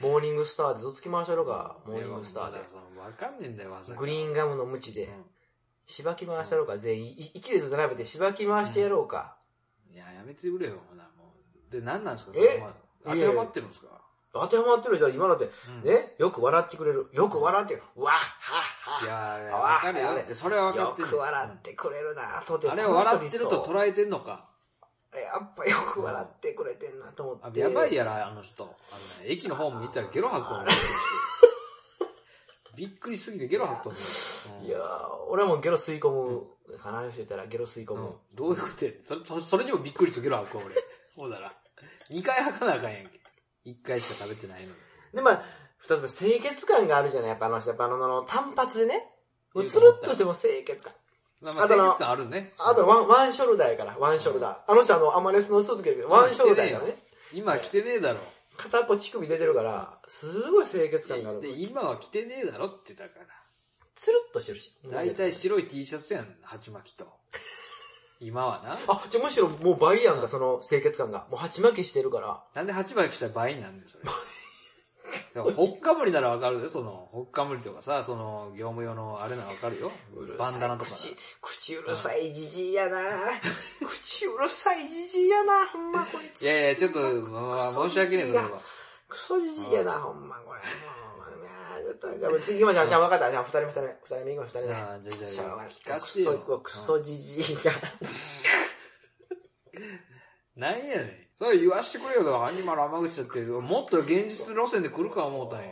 Speaker 1: モーニングスターでどつき回したろか、モーニングスターで
Speaker 2: いや。まあまだわかんねえんだよ、技が
Speaker 1: グリーンガムのムチで
Speaker 2: う。ん
Speaker 1: しばき回したろうか、全員。い一列並べてしばき回してやろうか。
Speaker 2: いや、やめてくれよ、ほな、もう。で、何なんですか
Speaker 1: え
Speaker 2: まあ当てはまってるんですか
Speaker 1: 当てはまってるじゃん、今だって。
Speaker 2: うん
Speaker 1: ねよく笑ってくれる。よく笑ってくれる。わっは
Speaker 2: い
Speaker 1: っ
Speaker 2: やいや、
Speaker 1: あ
Speaker 2: わかる
Speaker 1: あ
Speaker 2: よ
Speaker 1: れ。
Speaker 2: いやそれは分か
Speaker 1: は
Speaker 2: っ。て
Speaker 1: よ
Speaker 2: る。
Speaker 1: く笑ってくれるなと思っ
Speaker 2: う
Speaker 1: て。
Speaker 2: んあれを笑って
Speaker 1: こ
Speaker 2: る
Speaker 1: の
Speaker 2: と
Speaker 1: 人理
Speaker 2: 捉えてんのか。
Speaker 1: 想やっぱよく笑ってくれてんなと思
Speaker 2: あ
Speaker 1: って。
Speaker 2: やばいやろ、あの人。あのね、駅の方も見たらゲロ吐くわ。俺びっくりしすぎてゲロ吐くと思う。
Speaker 1: いやー俺はもうゲロ吸い込む。かなしてたらゲロ吸い込
Speaker 2: うん、う
Speaker 1: む
Speaker 2: ん。どういうことやそれそ、それにもびっくりしてゲロ吐くわ、俺。ほうだら。二回吐かなあかんやんけ。一回しか食べてないのに。
Speaker 1: で、まあ、二つ目、清潔感があるじゃない、やっぱあの人。やっぱあの、あの単発でね。もうつるっとしても清潔感。
Speaker 2: まあ、まあ、
Speaker 1: あと
Speaker 2: 清
Speaker 1: の
Speaker 2: 潔感あるね。
Speaker 1: あとワン、ワンショルダーやから、ワンショルダー。あの人あの、アマレスの嘘つけるけど、ワンショルダーやからね。
Speaker 2: 今着てねえだろ。
Speaker 1: 片っぽ乳首出てるから、すごい清潔感がある。
Speaker 2: で、今は着てねえだろってだから。
Speaker 1: つるっとしてるし。
Speaker 2: だいたい白い T シャツやん、鉢巻きと。今はな。
Speaker 1: あ、じゃあむしろもう倍やんか、その清潔感が。もう鉢巻きしてるから。
Speaker 2: なんで8倍来たら倍になんでそれ。だからほっかむりならわかるよ、その、ほっかむりとかさ、その、業務用のあれならわかるよ。バンダナとか。
Speaker 1: 口、口うるさいじじいやな口うるさいじじいやな、ほんまこい
Speaker 2: い
Speaker 1: つ。
Speaker 2: やいや、ちょっと、まあ、申し訳ねえ、それは。
Speaker 1: クソじじいやな、ほんまこれ。もういやーちょっとじゃあ次行きましょう。じゃあ分かった。じゃあ二人目、二人目、二人目行こう、二人目。
Speaker 2: ああじゃあじゃあ
Speaker 1: しょうがない
Speaker 2: 聞かせてよ
Speaker 1: クソクソじじいが。
Speaker 2: なんやねん。それ言わしてくれよ、アニマル甘口だって、もっと現実路線で来るか思うたんや。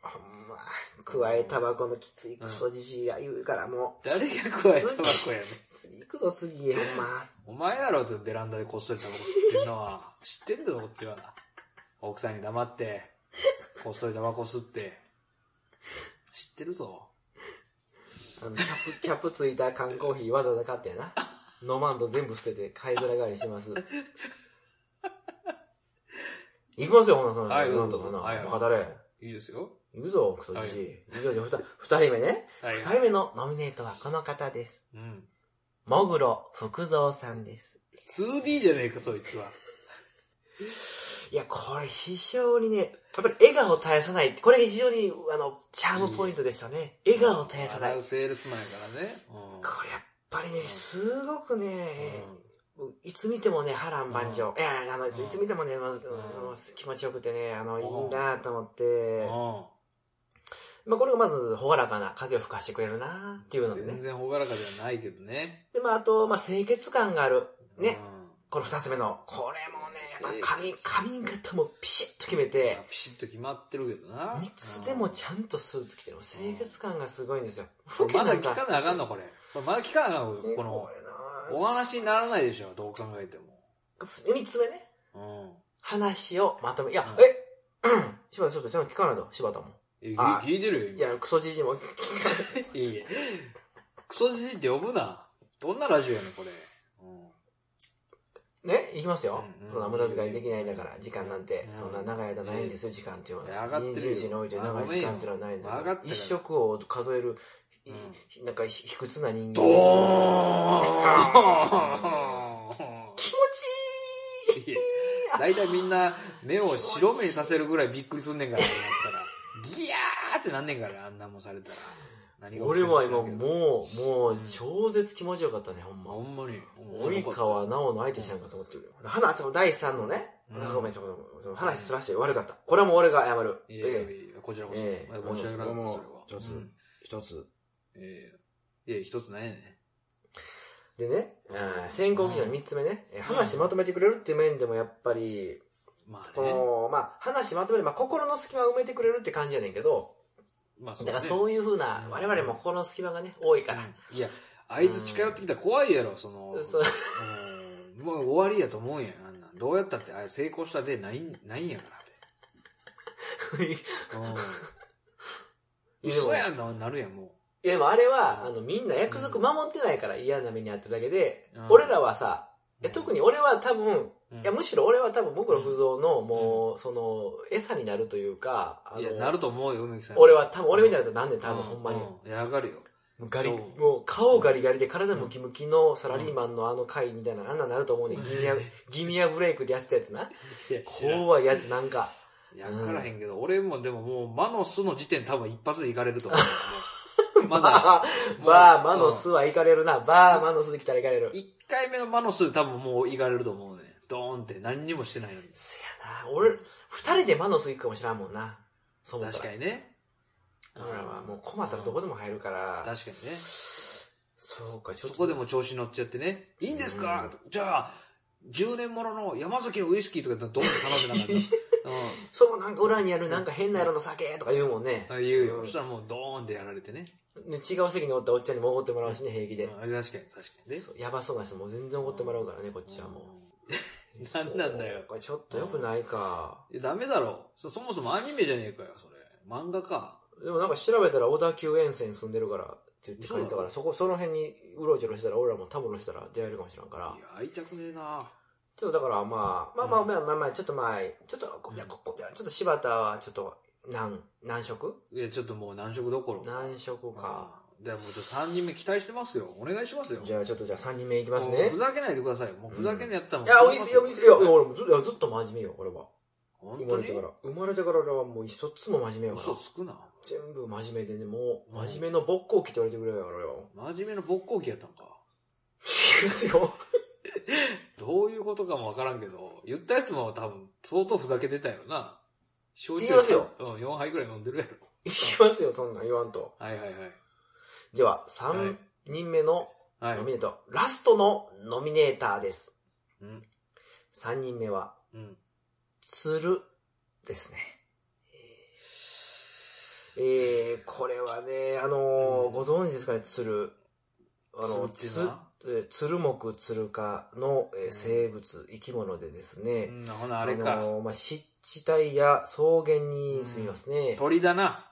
Speaker 1: ほんま、加えタバコのきついクソじじいが言うからも
Speaker 2: 誰が怖いタバコやねん。
Speaker 1: う、次行くぞ次、ほんま。
Speaker 2: お前やろってベランダでこっそりタバコ吸ってんのは。知ってんだろ、こっちは。奥さんに黙って、こっそりタバコ吸って。知ってるぞ。
Speaker 1: あの、キャップ、キャ ップついた缶コーヒーわざわざ買ってな。飲まんと全部捨てて、貝皿代わりして ます。行きますよ、ほな、ほな。
Speaker 2: はい
Speaker 1: ほな、
Speaker 2: どうぞ
Speaker 1: ほな。
Speaker 2: はいはい
Speaker 1: バカだれ。
Speaker 2: いいですよ。
Speaker 1: 行くぞ、クソじじい。行くぞ、じゃあふた二人目ね。
Speaker 2: はい
Speaker 1: 二人目のノミネートはこの方です。
Speaker 2: うん。
Speaker 1: もぐろ福蔵さんです。
Speaker 2: 2D じゃねえか、そいつは。
Speaker 1: いや、これ非常にね、やっぱり笑顔を絶やさない。これ非常に、あの、チャームポイントでしたね。笑顔を絶やさない。
Speaker 2: 笑
Speaker 1: こ
Speaker 2: うセールスマンやからね。うん
Speaker 1: れやっぱりね、すごくね、
Speaker 2: うん
Speaker 1: いつ見てもね、波乱万丈。いや、あの、い
Speaker 2: ん
Speaker 1: つ見てもね、まあ
Speaker 2: ん
Speaker 1: あの気持ちよくてね、あの、
Speaker 2: う
Speaker 1: い
Speaker 2: ん
Speaker 1: いなと思っ
Speaker 2: う
Speaker 1: て、
Speaker 2: ん
Speaker 1: まあ、これがまず、ほがらかな風を吹かしてくれるなっていうので
Speaker 2: 全
Speaker 1: ね。
Speaker 2: 然ほがらかではないけどね。
Speaker 1: で、まあ、あと、まあ、清潔感がある。ね
Speaker 2: う。
Speaker 1: この二つ目の。これもね、やっぱ髪、髪型もピシッと決め
Speaker 2: ん。
Speaker 1: て
Speaker 2: まあ、ピシッと決まってるけどな。
Speaker 1: いつでも
Speaker 2: うん
Speaker 1: ちゃんとスーツ着てる。清潔感がすごいんですよ。
Speaker 2: これまだ聞かなあかん
Speaker 1: の
Speaker 2: の、これ。これまだ聞かなあかんの、この。お話にならないでしょ、どう考えて
Speaker 1: 三つ目ね。
Speaker 2: も。
Speaker 1: 話をまとめ、いや、
Speaker 2: うん
Speaker 1: え、うん柴田ちょっとちゃんと聞かないと、柴田も。
Speaker 2: うん。え、
Speaker 1: あ
Speaker 2: 聞いてるよ、
Speaker 1: いや、クソじじいも聞かない
Speaker 2: 今。いやいや。クソじじいって呼ぶな。どんなラジオやねん、これ。うん
Speaker 1: ね、いきますよ。
Speaker 2: うんうん
Speaker 1: そんな無駄遣いできないんだから、時間なんて、
Speaker 2: うん
Speaker 1: そんな長い間ないんですよ、時間っていうの
Speaker 2: いや
Speaker 1: は。
Speaker 2: 上がってるよ
Speaker 1: 20時において長い時間っていうのはないんです
Speaker 2: 上がっ
Speaker 1: よ
Speaker 2: て。る
Speaker 1: 一食を数える、い
Speaker 2: うん
Speaker 1: ひなんかひ卑屈な人間。
Speaker 2: ドーン
Speaker 1: 気持ちいい
Speaker 2: 大体みんな目を白目にさせるぐらいびっくりすんねんから、あれやったらギヤーってなんねんから、あんなもんされたら。何が起
Speaker 1: 俺
Speaker 2: きてるか
Speaker 1: は
Speaker 2: 知ら
Speaker 1: 今
Speaker 2: んけど
Speaker 1: もう、もう
Speaker 2: うん
Speaker 1: 超絶気持ちよかったね、ほん
Speaker 2: ま
Speaker 1: ま
Speaker 2: あほ。んまに。
Speaker 1: 及川直の相手したんかと思ってるよ。花さんの第3のね、
Speaker 2: うん
Speaker 1: ごめん、ちょっとごめん話すらして悪かった。これはもう俺が謝る。
Speaker 2: いやいや
Speaker 1: ええ
Speaker 2: いや、こちらこそ。
Speaker 1: ええ
Speaker 2: 申し訳なかったです、
Speaker 1: ちょっと
Speaker 2: それは。うん
Speaker 1: 一つ。
Speaker 2: ええいや、一つないね。
Speaker 1: でね、うん選考基準の3つ目ね、え話まとめてくれるっていう面でもやっぱり、
Speaker 2: まあ
Speaker 1: こ
Speaker 2: ね。
Speaker 1: の、まあ、話まとめる、まあ、心の隙間を埋めてくれるって感じやねんけど、
Speaker 2: まあそ
Speaker 1: だ
Speaker 2: う
Speaker 1: か
Speaker 2: ね
Speaker 1: らそういう風な
Speaker 2: う、ん
Speaker 1: 我々も心の隙間がね、多いから。
Speaker 2: うんいや、あいつ近寄ってきたら怖いやろ、その。
Speaker 1: そう
Speaker 2: うんもう終わりやと思うんやん、あんなんどうやったって、あれ成功した例ないん、ないんやから、あれ。うん。嘘やんな、なるやん、も
Speaker 1: いやでもあれは、
Speaker 2: う
Speaker 1: あ
Speaker 2: ん
Speaker 1: の、みんな約束守ってないから嫌な目にあっただけで、
Speaker 2: うん
Speaker 1: 俺らはさ、
Speaker 2: う
Speaker 1: いや。特に俺は多分、
Speaker 2: うん、
Speaker 1: いやむしろ俺は多分僕の不造の、もう、その、餌になるというか、あ
Speaker 2: いや、な
Speaker 1: の、
Speaker 2: ると思うよ、梅木さん。
Speaker 1: 俺は多分、俺みたいなやつはなんで多分、
Speaker 2: う
Speaker 1: ほんまに。も
Speaker 2: うんいや、上がるよ。
Speaker 1: うガリ、
Speaker 2: うん
Speaker 1: もう顔ガリガリで体ムキムキのサラリーマンのあの回みたいな、あんなんなると思うねん。ギミア、 ギミアブレイクでやってたやつな。
Speaker 2: いや、知らん。
Speaker 1: 怖いやつなんか。
Speaker 2: やからへんけど、俺もでももう、マノスの時点多分一発でいかれると思うよ。まだ、
Speaker 1: バー、バーマノスは行かれるな。バーマノス来たら行かれる。
Speaker 2: 一回目のマノスで多分もういかれると思うね。ドーンって何にもしてないのに。
Speaker 1: せやな、俺、二人で魔の巣行くかもしらんもんな。そう思った。
Speaker 2: 確からにね。
Speaker 1: 俺らはもう困ったらどこでも入るから。
Speaker 2: 確かにね。
Speaker 1: そうか、ちょっと。
Speaker 2: そこでも調子乗っちゃってね。いいんですかじゃあ、10年ものの山崎のウイスキーとかどんどん頼んでなか った。うん
Speaker 1: そう、なんか裏にあるなんか変な色の酒とか言うもんね。
Speaker 2: あ言うよ。
Speaker 1: うん
Speaker 2: そしたらもうドーンってやられてね。
Speaker 1: ね違う席におったおっちゃんにもおごってもらうしね、平気
Speaker 2: うん
Speaker 1: で。
Speaker 2: 確かに確かにね。
Speaker 1: そうやばそうな人も全然おごってもらうからね、こっちはも
Speaker 2: うん。なんなんだよ
Speaker 1: う。。これちょっと良くないか。
Speaker 2: いやダメだろそ。そもそもアニメじゃねえかよ、それ。漫画か。
Speaker 1: でもなんか調べたら小田急沿線住んでるからって言って書いてたから、そこ、その辺にうろちょろしたら、俺らもタブロしたら出会えるかもしれんから。
Speaker 2: いや、会いたくねえな
Speaker 1: ちょっとだからまあ、まあまあ
Speaker 2: うん
Speaker 1: まあまあまあ、ちょっとまあ、ちょっとこ、いや、
Speaker 2: うん
Speaker 1: ここ、いやちょっと柴田はちょっと、難、難色
Speaker 2: いや、ちょっともう難色どころ。
Speaker 1: 難色か。
Speaker 2: うん。でもうちょっと3人目期待してますよ。お願いしますよ。
Speaker 1: じゃあちょっとじゃあ3人目いきます
Speaker 2: もう
Speaker 1: ね
Speaker 2: ふ。ざけないでください。もうふざけんのやったら
Speaker 1: い
Speaker 2: も
Speaker 1: や、おいいっすよ、いいっすよ。いや、俺もずいやずっと真面目よ、俺は。
Speaker 2: 本
Speaker 1: 生
Speaker 2: 当
Speaker 1: まれ
Speaker 2: に
Speaker 1: てから。生まれてから俺はもう一つも真面目よか
Speaker 2: 嘘
Speaker 1: ら。
Speaker 2: つくな。
Speaker 1: 全部真面目でね、もう、真面目の勃興期って言われてくれるから、俺 は。
Speaker 2: 真面目な勃興期やったんか。
Speaker 1: ですよ。
Speaker 2: どういうことかもわからんけど、言ったやつも多分相当ふざけてたよな。焼
Speaker 1: 言いますよ
Speaker 2: うん、4杯ぐらい飲んでるやろ。
Speaker 1: いきますよ、そんなん言わんと。
Speaker 2: はいはいはい。
Speaker 1: では、
Speaker 2: は
Speaker 1: 3
Speaker 2: い
Speaker 1: 人目の
Speaker 2: はい
Speaker 1: ノ。ミネート、ラストのノミネーターです。
Speaker 2: うん。
Speaker 1: 3人目は、
Speaker 2: うん。
Speaker 1: するですね。えー、これはね、あのー
Speaker 2: うん
Speaker 1: ご存知ですかね、鶴。あの、
Speaker 2: 鶴っていうのは
Speaker 1: つえー鶴木鶴科の、えー
Speaker 2: うん
Speaker 1: 生物、生き物でです
Speaker 2: う
Speaker 1: ね、
Speaker 2: ん、ほな、あれか。
Speaker 1: のーまあ、湿地帯や草原に住みますね。
Speaker 2: 鳥だな。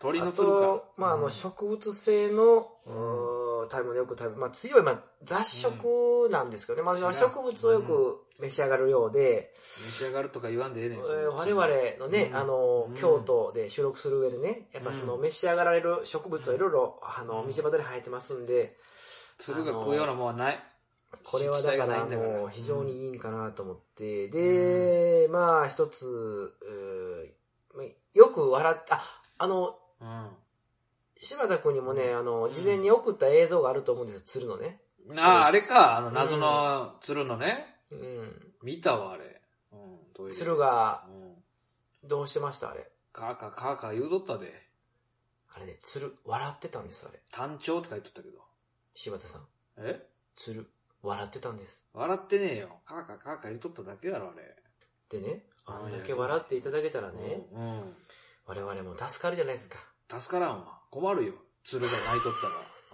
Speaker 2: 鳥の
Speaker 1: あ
Speaker 2: 鶴か
Speaker 1: と。、まあ、あ
Speaker 2: う
Speaker 1: の、
Speaker 2: ん
Speaker 1: 植物性の、
Speaker 2: う
Speaker 1: うんーん、食べ物よく食べ、まあ、強い、まあ、雑食なんですけどね、まあ、
Speaker 2: 知らん
Speaker 1: 植物をよく召し上がるようで、
Speaker 2: 召し上がるとか言わんでええねん。
Speaker 1: え
Speaker 2: そん
Speaker 1: ー
Speaker 2: な
Speaker 1: 我々のね、
Speaker 2: うん
Speaker 1: あの、
Speaker 2: うん
Speaker 1: 京都で収録する上でね、やっぱその、
Speaker 2: うん
Speaker 1: 召し上がられる植物はいろいろ、あの、
Speaker 2: うん
Speaker 1: 道端で生えてますんで、
Speaker 2: 鶴が食うようなもんはない。
Speaker 1: これはだから、あ
Speaker 2: 自治体がないんだか
Speaker 1: の、
Speaker 2: ら
Speaker 1: 非常にいいんかなと思って、で、まあ、一つ、うーまあよく笑った、ああの、
Speaker 2: うん。
Speaker 1: 柴田君にもね、あ
Speaker 2: う
Speaker 1: の、
Speaker 2: ん
Speaker 1: 事前に送った映像があると思うんですよ、鶴のね。
Speaker 2: なあ、あれか。あの、謎の鶴のね。
Speaker 1: うん。
Speaker 2: 見たわ、あれ。うん、トイレ
Speaker 1: 鶴。が、
Speaker 2: うん。
Speaker 1: どうしてましたあれ。
Speaker 2: カーカーカーカー言うとったで。
Speaker 1: あれね、鶴、笑ってたんです、あれ。
Speaker 2: 単調って書いとったけど。
Speaker 1: 柴田さん。
Speaker 2: え
Speaker 1: 鶴、笑ってたんです。
Speaker 2: 笑ってねえよ。カーカーカーカー言うとっただけやろ、あれ。
Speaker 1: でね、あ
Speaker 2: あ
Speaker 1: んだけ笑っていただけたらね、
Speaker 2: うん。
Speaker 1: 我々も助かるじゃないですか。
Speaker 2: うん助からんわ。困るよ。鶴が泣いとった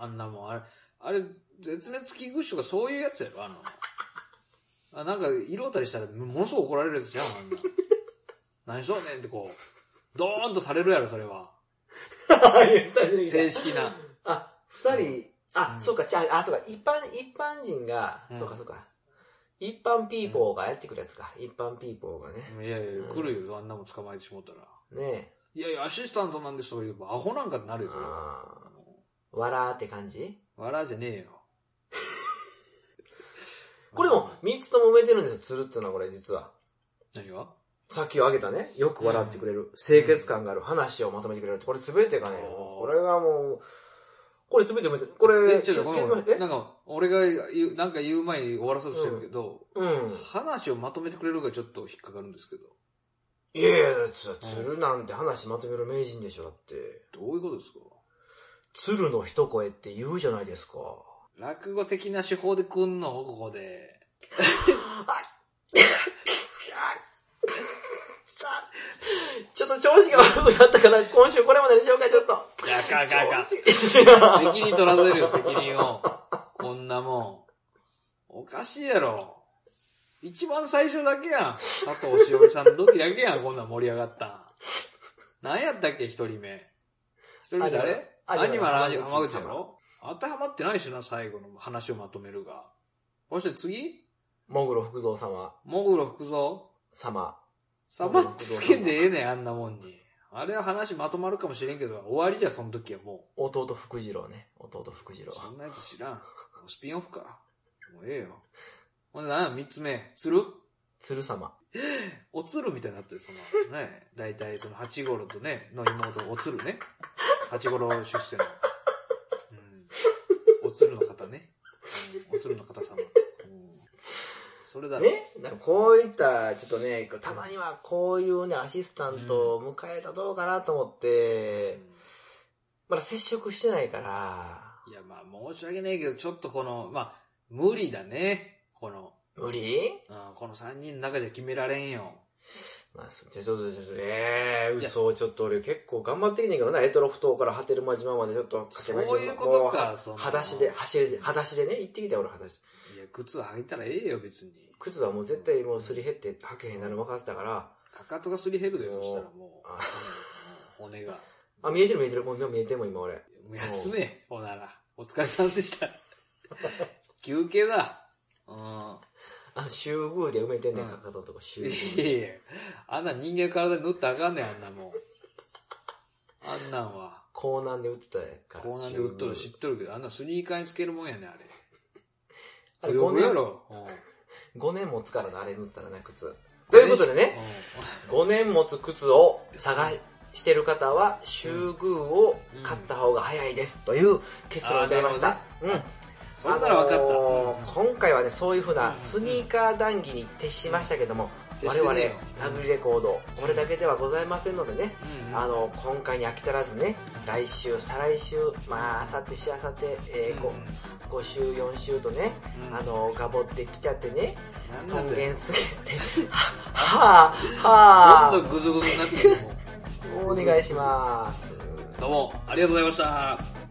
Speaker 2: ら。あんなもん、あれ、あれ、絶滅危惧種とかそういうやつやろ、あの。あなんか、色たりしたら、ものすごく怒られるやつじゃん、あんな。何しとんねんってこう、ドーンとされるやろ、それは。
Speaker 1: 二人出てきた
Speaker 2: 正式な。
Speaker 1: あ、二人、あ、
Speaker 2: うん
Speaker 1: そうか、じゃあ、あ、そうか、一般、一般人が、
Speaker 2: うん
Speaker 1: そうか、そうか。一般ピーポーがやってくるやつか。一般ピーポーがね。
Speaker 2: いやいや
Speaker 1: う、ん
Speaker 2: 来るよ、あんなもん捕まえてしもったら。
Speaker 1: ねえ。
Speaker 2: いやいや、アシスタントなんですとか言えば、アホなんかになるよ。
Speaker 1: あーわらーって感じ
Speaker 2: 笑うじゃねえよ。
Speaker 1: これも、三つとも埋めてるんですよ、つるっていうのはこれ実は。
Speaker 2: 何が
Speaker 1: さっき挙げたね、よく笑ってくれる、清潔感がある、話をまとめてくれるって、これ全てがね、
Speaker 2: おー
Speaker 1: これがもう、これ全て埋めてる。これ、
Speaker 2: えちょっとごめんごめ
Speaker 1: え
Speaker 2: ん。なんか、俺が言う、なんか言う前に終わらそうとしてるけど、
Speaker 1: うん。
Speaker 2: 話をまとめてくれるがちょっと引っかかるんですけど。
Speaker 1: いやいや、つ鶴なんて話まとめる名人でしょ、だって。
Speaker 2: どういうことですか
Speaker 1: 鶴の一声って言うじゃないですか。
Speaker 2: 落語的な手法で来んのここで。
Speaker 1: ちょっと調子が悪くなったから、今週これまでにしようか、ちょっと。
Speaker 2: いや、あかんあかんあかん
Speaker 1: 調子
Speaker 2: 責任取らせるよ、責任を。こんなもん。おかしいやろ。一番最初だけやん。佐藤しおりさんの時だけやん、こんなん盛り上がったん。何やったっけ、一人目。一人目誰ア
Speaker 1: ア
Speaker 2: ニ
Speaker 1: ニマ
Speaker 2: マル
Speaker 1: ル
Speaker 2: アニマル浜
Speaker 1: 浜口
Speaker 2: 口やろ当てはまってないしな、最後の話をまとめるが。そして次
Speaker 1: モグロ福蔵様、
Speaker 2: モグロ福蔵
Speaker 1: 様。
Speaker 2: サバッつけんでええねん、あんなもんに。あれは話まとまるかもしれんけど、終わりじゃ、その時はも
Speaker 1: 弟福次郎ね。弟福次
Speaker 2: う。
Speaker 1: 郎。
Speaker 2: そんなやつ知らん。もうスピンオフか。もうええよ。ほんで、なんや三つ目。鶴
Speaker 1: 鶴様。
Speaker 2: お鶴みたいになってる、その、ね。だいたいその、八五郎とね、の妹、お鶴ね。八五郎出世の。うん。お鶴の方ね。うん、お鶴の方様。うん。それだろ。
Speaker 1: ねなんかこういった、ちょっとね、たまにはこういうね、アシスタントを迎えたらどうかなと思っ
Speaker 2: う
Speaker 1: て、
Speaker 2: ん
Speaker 1: まだ接触してないから、
Speaker 2: いや、まあ、申し訳ないけど、ちょっとこの、まあ、無理だね。この、
Speaker 1: 無理
Speaker 2: うん、この3人の中じゃ決められんよ。
Speaker 1: まあ、そうじゃあちょっと、ちょっと、ええー、嘘、ちょっと俺結構頑張ってきねんけどな、エトロフ島から果てる間島までちょっと駆け
Speaker 2: そういうことかそ
Speaker 1: も
Speaker 2: の
Speaker 1: う裸足で、走りで、裸足でね、行ってきたよ俺裸足。
Speaker 2: いや、靴は履いたらええよ、別に。
Speaker 1: 靴はもう絶対もうすり減って履けへんなる分かってたから、
Speaker 2: かかとがすり減るで、
Speaker 1: も
Speaker 2: そうしたらもう
Speaker 1: あ、
Speaker 2: うん骨が。
Speaker 1: あ、見えてる見えてる、もう見えてるもん今俺。
Speaker 2: もう休め、ほなら。お疲れ様でした。 休憩だ。うん。
Speaker 1: あ、週グーで埋めてんね、
Speaker 2: うんん
Speaker 1: かかととか週グー
Speaker 2: いやいや、あんなん人間体に塗ったらあかんねん、あんなもん。あんなんは。
Speaker 1: コーナーで売ってたから。
Speaker 2: こうなんで売っとるの知
Speaker 1: シュ
Speaker 2: っ
Speaker 1: ーグ
Speaker 2: とるけど、あんなスニーカーにつけるもんやねん、あれ。
Speaker 1: ーあれ
Speaker 2: ブヨブヨや
Speaker 1: 5
Speaker 2: ろ。うん
Speaker 1: 年、5年持つからな、あれ塗ったらな、靴。ということでね、5年持つ靴を探してる方は、シューグーを買った方が早いです、という結論になりました。うん。
Speaker 2: それなら分かった。
Speaker 1: あの
Speaker 2: うん
Speaker 1: ー今回はね、そういうふう
Speaker 2: う
Speaker 1: なんスニーカー談義に徹しましたけども、
Speaker 2: 徹し
Speaker 1: 我
Speaker 2: てね
Speaker 1: 々、
Speaker 2: えよ
Speaker 1: ラグリレコード、これだけではございませんのでね、
Speaker 2: うん
Speaker 1: あの、今回に飽き足らずね、来週、再来週、まあ、あさって、しあさって、えー、
Speaker 2: うん
Speaker 1: 5, 週、4週とね、あの、ガボってきちゃってね、
Speaker 2: なん
Speaker 1: ト
Speaker 2: なん
Speaker 1: ン
Speaker 2: だ
Speaker 1: ゲン
Speaker 2: よ。
Speaker 1: すぎて、 はぁ、は
Speaker 2: どん
Speaker 1: ぁ、
Speaker 2: どんグズグズになってくる。
Speaker 1: お願いします。
Speaker 2: どうも、ありがとうございました。